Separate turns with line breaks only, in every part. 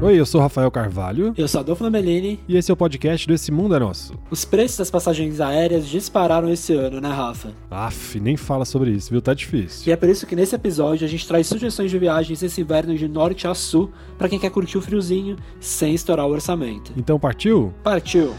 Oi, eu sou Rafael Carvalho
Eu sou Adolfo Nomelini.
e esse é o podcast do Esse Mundo é Nosso.
Os preços das passagens aéreas dispararam esse ano, né, Rafa?
Aff, nem fala sobre isso, viu? Tá difícil.
E é por isso que nesse episódio a gente traz sugestões de viagens esse inverno de norte a sul pra quem quer curtir o friozinho sem estourar o orçamento.
Então partiu?
Partiu!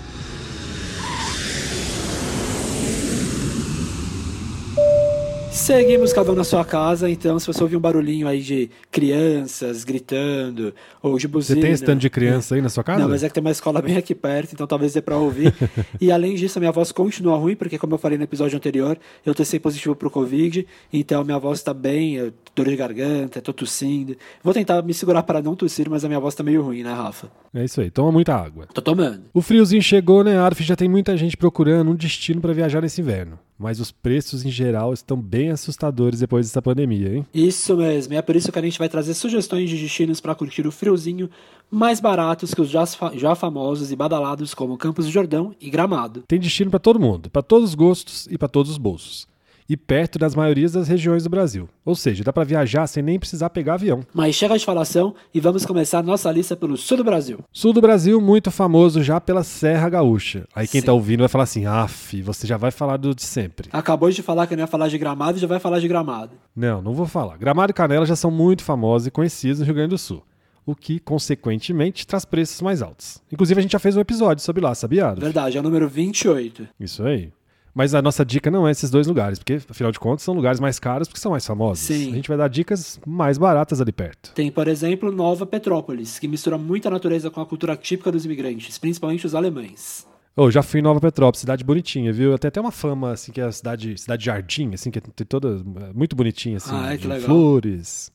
Seguimos cada um na sua casa, então se você ouvir um barulhinho aí de crianças gritando ou de
Você
buzina...
tem esse tanto de criança aí na sua casa?
né? Não, mas é que tem uma escola bem aqui perto, então talvez dê pra ouvir. e além disso, a minha voz continua ruim, porque como eu falei no episódio anterior, eu testei positivo pro Covid, então minha voz tá bem, eu- dor de garganta, tô tossindo. Vou tentar me segurar para não tossir, mas a minha voz tá meio ruim, né, Rafa?
É isso aí, toma muita água.
Tô tomando.
O friozinho chegou, né, Arf? Já tem muita gente procurando um destino pra viajar nesse inverno. Mas os preços em geral estão bem assustadores depois dessa pandemia, hein?
Isso mesmo, e é por isso que a gente vai trazer sugestões de destinos pra curtir o friozinho mais baratos que os já, fa- já famosos e badalados como Campos do Jordão e Gramado.
Tem destino pra todo mundo, pra todos os gostos e pra todos os bolsos. E perto das maiorias das regiões do Brasil. Ou seja, dá pra viajar sem nem precisar pegar avião.
Mas chega de falação e vamos começar nossa lista pelo sul do Brasil.
Sul do Brasil, muito famoso já pela Serra Gaúcha. Aí quem
Sim.
tá ouvindo vai falar assim: af, você já vai falar do de sempre.
Acabou de falar que não ia falar de gramado e já vai falar de gramado.
Não, não vou falar. Gramado e Canela já são muito famosos e conhecidos no Rio Grande do Sul. O que, consequentemente, traz preços mais altos. Inclusive, a gente já fez um episódio sobre lá, sabia? Adolfo?
Verdade, é o número 28.
Isso aí. Mas a nossa dica não é esses dois lugares, porque, afinal de contas, são lugares mais caros porque são mais famosos.
Sim.
A gente vai dar dicas mais baratas ali perto.
Tem, por exemplo, Nova Petrópolis, que mistura muita natureza com a cultura típica dos imigrantes, principalmente os alemães.
Eu já fui em Nova Petrópolis, cidade bonitinha, viu? Até tem uma fama, assim, que é a cidade, cidade jardim, assim, que tem toda é, muito bonitinha, assim,
Ah, é, que
de
legal.
flores.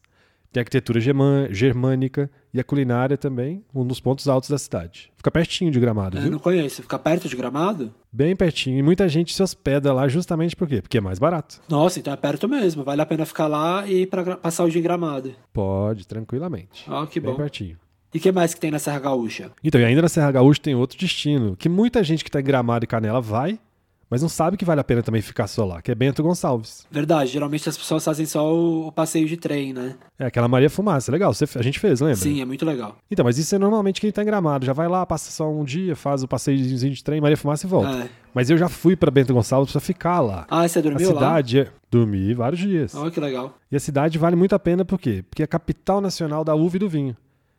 Tem arquitetura germã- germânica e a culinária também, um dos pontos altos da cidade. Fica pertinho de Gramado,
Eu
viu?
É, não conheço, fica perto de Gramado?
Bem pertinho. E muita gente se hospeda lá justamente por quê? Porque é mais barato.
Nossa, então é perto mesmo, vale a pena ficar lá e ir pra, gra- passar o dia em Gramado.
Pode, tranquilamente.
Ah, que
Bem
bom.
pertinho.
E que mais que tem na Serra Gaúcha?
Então, e ainda na Serra Gaúcha tem outro destino, que muita gente que tá em Gramado e Canela vai, mas não sabe que vale a pena também ficar só lá, que é Bento Gonçalves.
Verdade, geralmente as pessoas fazem só o, o passeio de trem, né?
É, aquela Maria Fumaça, legal, você, a gente fez, lembra?
Sim, é muito legal.
Então, mas isso é normalmente quem tá em Gramado, já vai lá, passa só um dia, faz o passeiozinho de trem, Maria Fumaça e volta.
É.
Mas eu já fui pra Bento Gonçalves pra ficar lá.
Ah, você
a
dormiu lá? Ah,
cidade é... Dormi vários dias.
Olha que legal.
E a cidade vale muito a pena por quê? Porque é a capital nacional da uva e do vinho.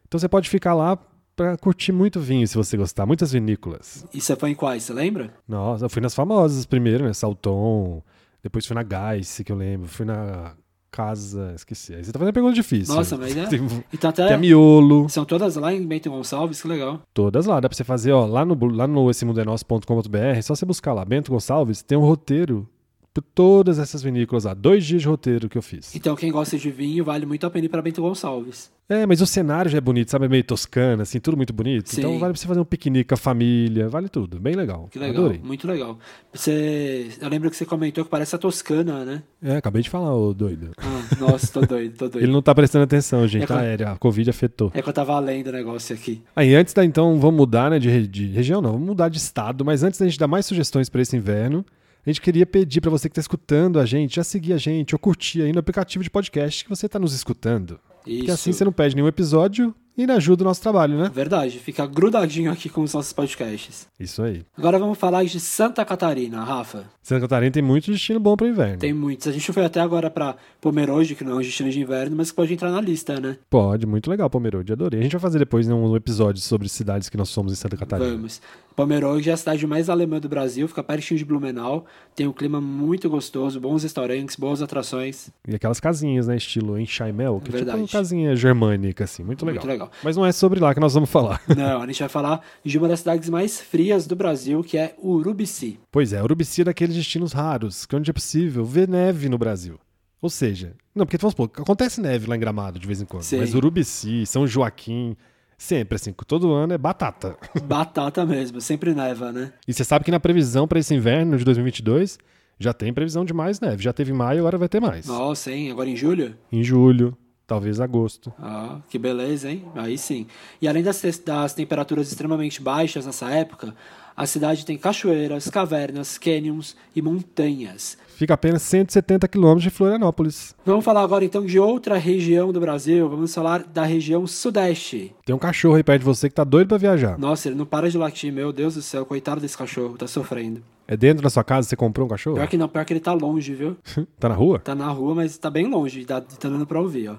Então você pode ficar lá pra curtir muito vinho, se você gostar. Muitas vinícolas.
E você foi em quais, você lembra?
Nossa, eu fui nas famosas primeiro, né? Salton, depois fui na Gaice, que eu lembro. Fui na Casa... Esqueci. Aí você tá fazendo pergunta difícil.
Nossa, mas é-
Tem-
Então até...
Tem a Miolo.
São todas lá em Bento Gonçalves, que legal.
Todas lá, dá pra você fazer, ó, lá no, lá no essemundenosso.com.br, é só você buscar lá, Bento Gonçalves, tem um roteiro por todas essas vinícolas lá, dois dias de roteiro que eu fiz.
Então quem gosta de vinho, vale muito a pena ir pra Bento Gonçalves.
É, mas o cenário já é bonito, sabe, é meio toscana, assim, tudo muito bonito,
Sim.
então vale pra você fazer um piquenique com a família, vale tudo, bem legal,
Que legal,
adorei.
muito legal. Você, eu lembro que você comentou que parece a Toscana, né?
É, acabei de falar, ô doido.
Ah, nossa, tô doido, tô doido.
Ele não tá prestando atenção, gente,
É
tá
claro.
aérea, a Covid afetou.
É que eu tava lendo o negócio aqui.
Aí, antes da então, vamos mudar, né, de, re- de região não, vamos mudar de estado, mas antes da gente dar mais sugestões para esse inverno, a gente queria pedir para você que está escutando a gente, já seguir a gente ou curtir aí no aplicativo de podcast que você está nos escutando.
Isso.
Porque assim você não perde nenhum episódio e ainda ajuda o nosso trabalho, né?
Verdade, fica grudadinho aqui com os nossos podcasts.
Isso aí.
Agora vamos falar de Santa Catarina, Rafa.
Santa Catarina tem muito destino bom para o inverno.
Tem muitos. A gente foi até agora pra Pomerode, que não é um destino de inverno, mas que pode entrar na lista, né?
Pode, muito legal, Pomerode, adorei. A gente vai fazer depois né, um episódio sobre cidades que nós somos em Santa Catarina.
Vamos. Pomerode é a cidade mais alemã do Brasil, fica pertinho de Blumenau, tem um clima muito gostoso, bons restaurantes, boas atrações.
E aquelas casinhas, né, estilo Enchaimel, que é tipo uma
Verdade.
casinha germânica, assim, muito legal.
Muito legal.
Mas não é sobre lá que nós vamos falar.
Não, a gente vai falar de uma das cidades mais frias do Brasil, que é Urubici.
Pois é, Urubici é daqueles destinos raros, que onde é possível ver neve no Brasil. Ou seja, não, porque vamos supor, acontece neve lá em Gramado de vez em quando,
Sim.
mas Urubici, São Joaquim, sempre assim, todo ano é batata.
Batata mesmo, sempre neva, né?
E você sabe que na previsão para esse inverno de 2022 já tem previsão de mais neve, já teve em maio, agora vai ter mais.
Nossa, hein? Agora em julho?
Em julho, Talvez agosto.
Ah, que beleza, hein? Aí sim. E além das, te- das temperaturas extremamente baixas nessa época, a cidade tem cachoeiras, cavernas, cânions e montanhas.
Fica apenas 170 quilômetros de Florianópolis.
Vamos falar agora então de outra região do Brasil. Vamos falar da região Sudeste.
Tem um cachorro aí perto de você que tá doido pra viajar.
Nossa, ele não para de latir, meu Deus do céu, coitado desse cachorro, tá sofrendo.
É dentro da sua casa você comprou um cachorro?
Pior que não, pior que ele tá longe, viu?
Tá na rua?
Tá na rua, mas tá bem longe, dá, tá dando pra ouvir, ó.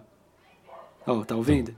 Ó, tá ouvindo?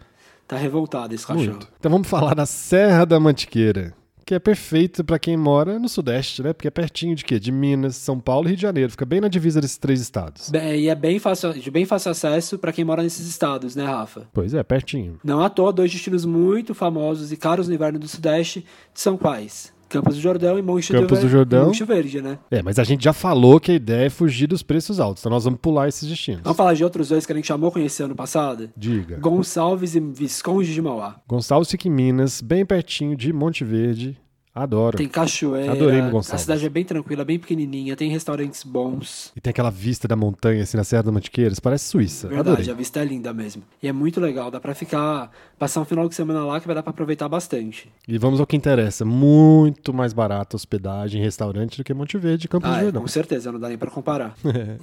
Tá revoltado esse cachorro.
Muito. Então vamos falar da Serra da Mantiqueira, que é perfeito pra quem mora no Sudeste, né? Porque é pertinho de quê? De Minas, São Paulo e Rio de Janeiro. Fica bem na divisa desses três estados.
Bem, e é bem fácil, de bem fácil acesso pra quem mora nesses estados, né, Rafa?
Pois é, pertinho.
Não à toa, dois destinos muito famosos e caros no inverno do Sudeste são quais? Campos do Jordão e Monte
Campos do Jordão.
Monte Verde, né?
É, mas a gente já falou que a ideia é fugir dos preços altos, então nós vamos pular esses destinos.
Vamos falar de outros dois que a gente chamou conhecer ano passado?
Diga.
Gonçalves e Visconde de Mauá.
Gonçalves fica em Minas, bem pertinho de Monte Verde. Adoro.
Tem cachoeira.
Adorei no
A
Gonçalves.
cidade é bem tranquila, bem pequenininha, tem restaurantes bons.
E tem aquela vista da montanha, assim, na Serra da Mantiqueiras. Parece Suíça.
Verdade,
Adorei.
a vista é linda mesmo. E é muito legal, dá pra ficar, passar um final de semana lá que vai dar pra aproveitar bastante.
E vamos ao que interessa. Muito mais barato hospedagem, restaurante do que Monte Verde e Campos
Ah,
do
é,
Jordão.
com certeza, não dá nem pra comparar.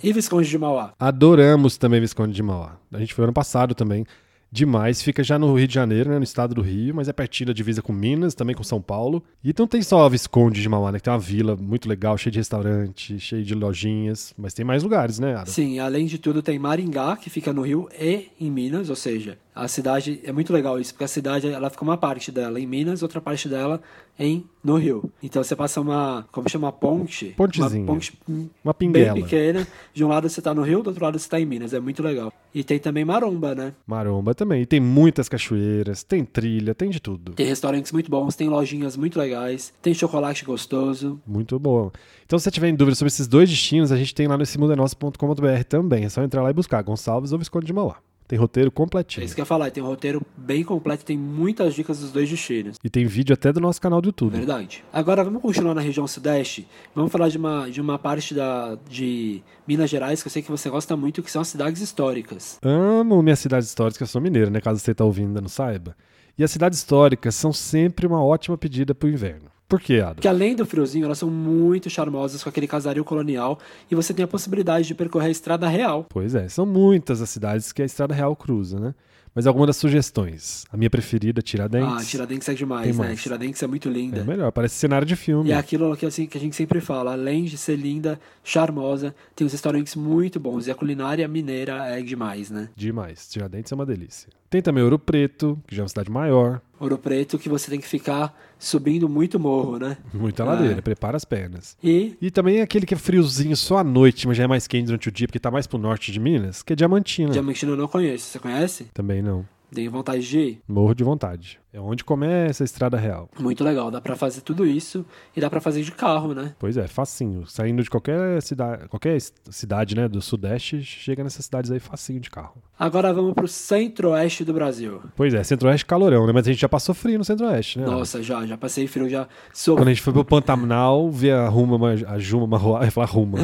e Visconde de Mauá?
Adoramos também Visconde de Mauá. A gente foi ano passado também. Demais, fica já no Rio de Janeiro, né, no estado do Rio, mas é pertinho da divisa com Minas, também com São Paulo. E não tem só a Visconde de Mauá, né? que Tem uma vila muito legal, cheia de restaurante, cheia de lojinhas, mas tem mais lugares, né, Adam?
Sim, além de tudo tem Maringá, que fica no Rio e em Minas, ou seja, a cidade é muito legal isso, porque a cidade ela fica uma parte dela em Minas, outra parte dela em no Rio. Então você passa uma, como chama, ponte,
Pontezinha.
uma ponte hum,
Uma
bem
pinguela.
pequena, de um lado você tá no Rio, do outro lado você tá em Minas, é muito legal. E tem também Maromba, né?
Maromba também. E tem muitas cachoeiras, tem trilha, tem de tudo.
Tem restaurantes muito bons, tem lojinhas muito legais, tem chocolate gostoso.
Muito bom. Então, se você tiver em dúvida sobre esses dois destinos, a gente tem lá no essemundenosso.com.br também. É só entrar lá e buscar Gonçalves ou Visconde de Mauá. Tem roteiro
É
completinho.
isso que eu ia falar, tem um roteiro bem completo, tem muitas dicas dos dois destinos.
E tem vídeo até do nosso canal do YouTube.
Verdade. Agora vamos continuar na região sudeste. Vamos falar de uma, de uma parte da, de Minas Gerais que eu sei que você gosta muito, que são as cidades históricas.
Amo minhas cidades históricas, eu sou mineiro, né? Caso você tá ouvindo e ainda não saiba. E as cidades históricas são sempre uma ótima pedida pro inverno. Por quê, Adam?
Que além do friozinho, elas são muito charmosas com aquele casario colonial e você tem a possibilidade de percorrer a estrada real.
Pois é, são muitas as cidades que a Estrada Real cruza, né? Mas algumas das sugestões. A minha preferida, Tiradentes.
Ah, Tiradentes é demais,
Tem
né?
mais.
Tiradentes é muito
É
linda.
melhor, parece cenário de filme.
e é aquilo que, assim, que a gente sempre fala, além de ser linda, charmosa, tem uns restaurantes muito bons. E a culinária mineira é demais, né?
Demais. Tiradentes é uma delícia. Tem também Ouro Preto, que já é uma cidade maior.
Ouro Preto que você tem que ficar subindo muito morro, né?
Muita
É.
ladeira, prepara as pernas.
E
E também aquele que é friozinho só à noite, mas já é mais quente durante o dia, porque tá mais pro norte de Minas, que é Diamantina.
Diamantina eu não conheço. Você conhece?
Também não.
Tenho vontade de ir.
Morro de vontade. É onde começa a estrada real.
Muito legal. Dá pra fazer tudo isso e dá pra fazer de carro, né?
Pois é, facinho. Saindo de qualquer cidade, qualquer est- cidade, né, do sudeste, chega nessas cidades aí facinho de carro.
Agora vamos pro centro-oeste do Brasil.
Pois é, centro-oeste calorão, né? Mas a gente já passou frio no centro-oeste, né?
Nossa, já, já passei frio, já sou.
Quando a gente foi pro Pantanal, ver a Ruma, Ma- a Juma Marroá, eu ia falar Ruma.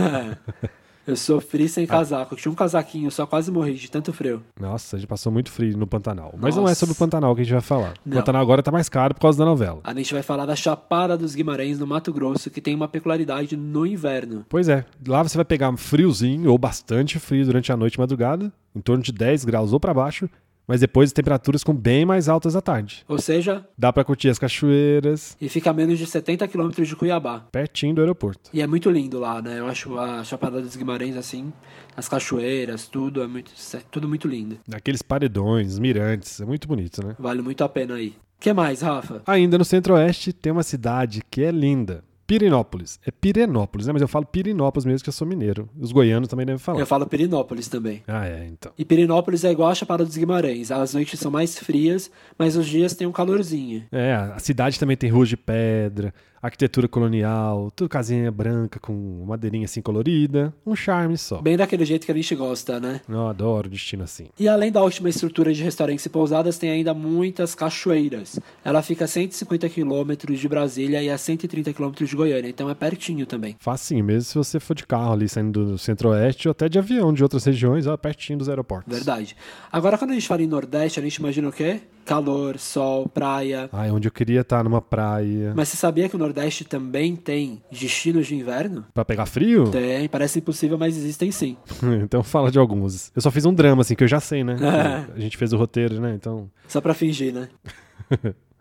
Eu sofri sem casaco. Eu tinha um casaquinho, só quase morri de tanto frio.
Nossa, a gente passou muito frio no Pantanal. Mas não é
Nossa.
sobre o Pantanal que a gente vai falar. O
Não.
Pantanal agora tá mais caro por causa da novela.
A gente vai falar da Chapada dos Guimarães, no Mato Grosso, que tem uma peculiaridade no inverno.
Pois é, lá você vai pegar friozinho ou bastante frio durante a noite e madrugada, em torno de 10 graus ou pra baixo, mas depois temperaturas com bem mais altas à tarde.
Ou seja,
Dá pra curtir as cachoeiras,
e fica a menos de 70 quilômetros de Cuiabá.
pertinho do aeroporto.
E é muito lindo lá, né? Eu acho a Chapada dos Guimarães assim, as cachoeiras, tudo é muito, tudo muito lindo.
Aqueles paredões, mirantes, é muito bonito, né?
Vale muito a pena aí. que mais, Rafa?
Ainda no centro-oeste tem uma cidade que é linda. Pirinópolis. É Pirenópolis, né? Mas eu falo Pirinópolis mesmo, que eu sou mineiro. Os goianos também devem falar.
Eu falo Pirinópolis também.
Ah, é, então.
E Pirinópolis é igual a Chapada dos Guimarães. As noites são mais frias, mas os dias tem um calorzinho.
É, a cidade também tem ruas de pedra, arquitetura colonial, tudo casinha branca com madeirinha assim colorida, um charme só.
Bem daquele jeito que a gente gosta, né?
Eu adoro destino assim.
E além da ótima estrutura de restaurantes e pousadas, tem ainda muitas cachoeiras. Ela fica a 150 quilômetros de Brasília e a 130 quilômetros de Goiânia, então é pertinho também.
Facinho, mesmo se você for de carro ali saindo do centro-oeste ou até de avião de outras regiões, ó, pertinho dos aeroportos.
Verdade. Agora, quando a gente fala em Nordeste, a gente imagina o quê? Calor, sol, praia.
Ah, é onde eu queria estar, numa praia.
Mas você sabia que o Nordeste também tem destinos de inverno?
Pra pegar frio?
Tem, parece impossível, mas existem sim.
então fala de alguns. Eu só fiz um drama, assim, que eu já sei, né?
É.
a gente fez o roteiro, né? Então.
Só pra fingir, né?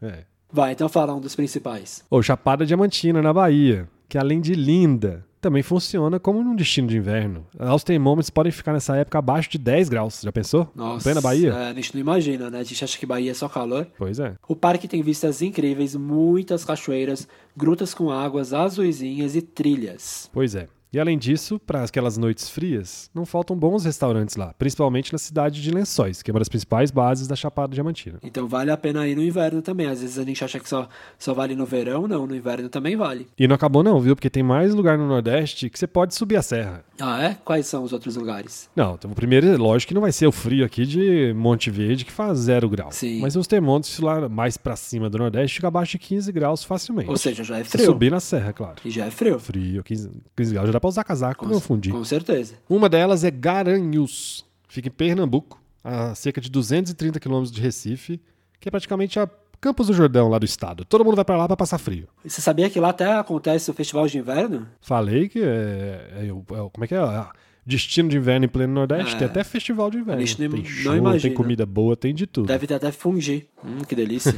é.
Vai, então fala um dos principais.
Ou Chapada Diamantina, na Bahia, que além de linda, também funciona como um destino de inverno. Lá os termômetros podem ficar nessa época abaixo de 10 graus, já pensou?
Nossa.
Plena Bahia?
é, a gente não imagina, né? A gente acha que Bahia é só calor.
Pois é.
O parque tem vistas incríveis, muitas cachoeiras, grutas com águas azuisinhas e trilhas.
Pois é. E além disso, para aquelas noites frias, não faltam bons restaurantes lá, principalmente na cidade de Lençóis, que é uma das principais bases da Chapada Diamantina.
Então vale a pena ir no inverno também. Às vezes a gente acha que só, só vale no verão, não, no inverno também vale.
E não acabou não, viu? Porque tem mais lugar no Nordeste que você pode subir a serra.
Ah, é? Quais são os outros lugares?
Não, então, o primeiro, lógico que não vai ser o frio aqui de Monte Verde, que faz zero grau.
Sim.
Mas os termômetros lá mais para cima do Nordeste fica abaixo de 15 graus facilmente.
Ou seja, já é
Se
frio.
subir na serra, claro.
E já é frio.
Frio, 15, 15 graus, já dá pra usar casaco, não confundir.
Com certeza.
Uma delas é Garanhuns. Fica em Pernambuco, a cerca de 230 quilômetros de Recife, que é praticamente a Campos do Jordão lá do estado. Todo mundo vai pra lá pra passar frio.
E Você sabia que lá até acontece o festival de inverno?
Falei que é, é o- é o- como é que é? Ah, Destino de inverno em pleno Nordeste,
É.
tem até festival de inverno.
A gente nem-
tem
não
show, tem
imagina.
comida boa, tem de tudo.
Deve ter até fungi. Hum, que delícia.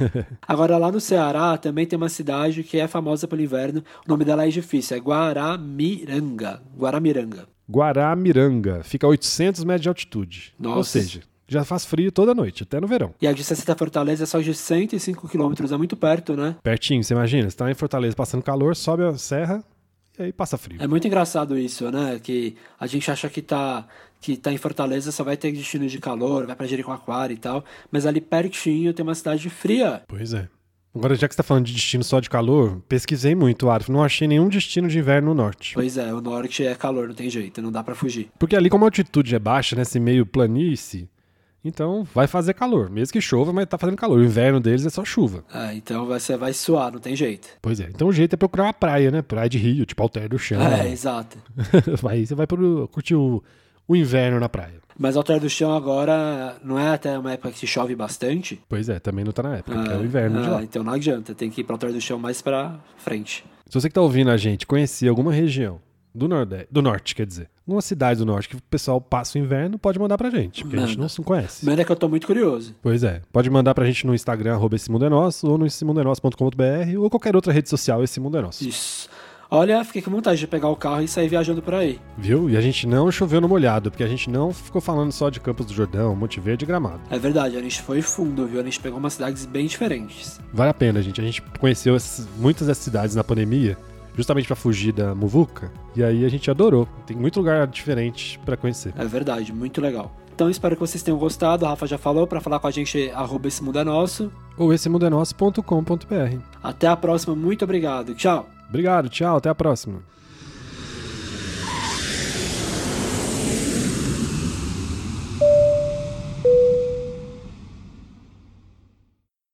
Agora, lá no Ceará também tem uma cidade que é famosa pelo inverno. O nome dela é difícil, é Guaramiranga. Guaramiranga.
Guaramiranga, fica a 800 metros de altitude. Ou
Nossa.
seja, já faz frio toda noite, até no verão.
E a distância da Fortaleza é só de 105 quilômetros, é muito perto, né?
Pertinho, você imagina, você tá em Fortaleza passando calor, sobe a serra e aí passa frio.
É muito engraçado isso, né? Que a gente acha que tá, que tá em Fortaleza, só vai ter destino de calor, vai pra Jericoacoara e tal. Mas ali pertinho tem uma cidade fria.
Pois é. Agora, já que você tá falando de destino só de calor, pesquisei muito, Arthur, não achei nenhum destino de inverno no norte.
Pois é, o norte é calor, não tem jeito, não dá pra fugir.
Porque ali, como a altitude é baixa, né, esse meio planície, então vai fazer calor. Mesmo que chova, mas tá fazendo calor. O inverno deles é só chuva.
É, então você vai suar, não tem jeito.
Pois é. Então o jeito é procurar uma praia, né? Praia de rio, tipo Alter do Chão.
É, exato.
Aí você vai pro, curtir o, o inverno na praia.
Mas Alter do Chão agora não é até uma época que chove bastante?
Pois é, também não tá na época, porque é
Ah,
o inverno de
ah,
lá.
Então não adianta, tem que ir pra Alter do Chão mais pra frente.
Se você que tá ouvindo a gente conhecer alguma região do Nordeste, do Norte, quer dizer, alguma cidade do Norte que o pessoal passa o inverno, pode mandar pra gente, porque a gente não se conhece.
Mas é que eu tô muito curioso.
Pois é. Pode mandar pra gente no Instagram, arroba esse mundo é nosso, ou no esse mundo é nosso.com.br, ou qualquer outra rede social, esse mundo é nosso.
Isso. Olha, fiquei com vontade de pegar o carro e sair viajando por aí.
Viu? E a gente não choveu no molhado, porque a gente não ficou falando só de Campos do Jordão, Monte Verde e Gramado.
É verdade, a gente foi fundo, viu? A gente pegou umas cidades bem diferentes.
Vale a pena, gente. A gente conheceu essas- muitas das cidades na pandemia, justamente pra fugir da muvuca, e aí a gente adorou. Tem muito lugar diferente pra conhecer.
É verdade, muito legal. Então espero que vocês tenham gostado. A Rafa já falou pra falar com a gente, arroba esse mundo é nosso.
Ou esse mundo é nosso.com.br.
Até a próxima, muito obrigado. Tchau!
Obrigado, tchau, até a próxima.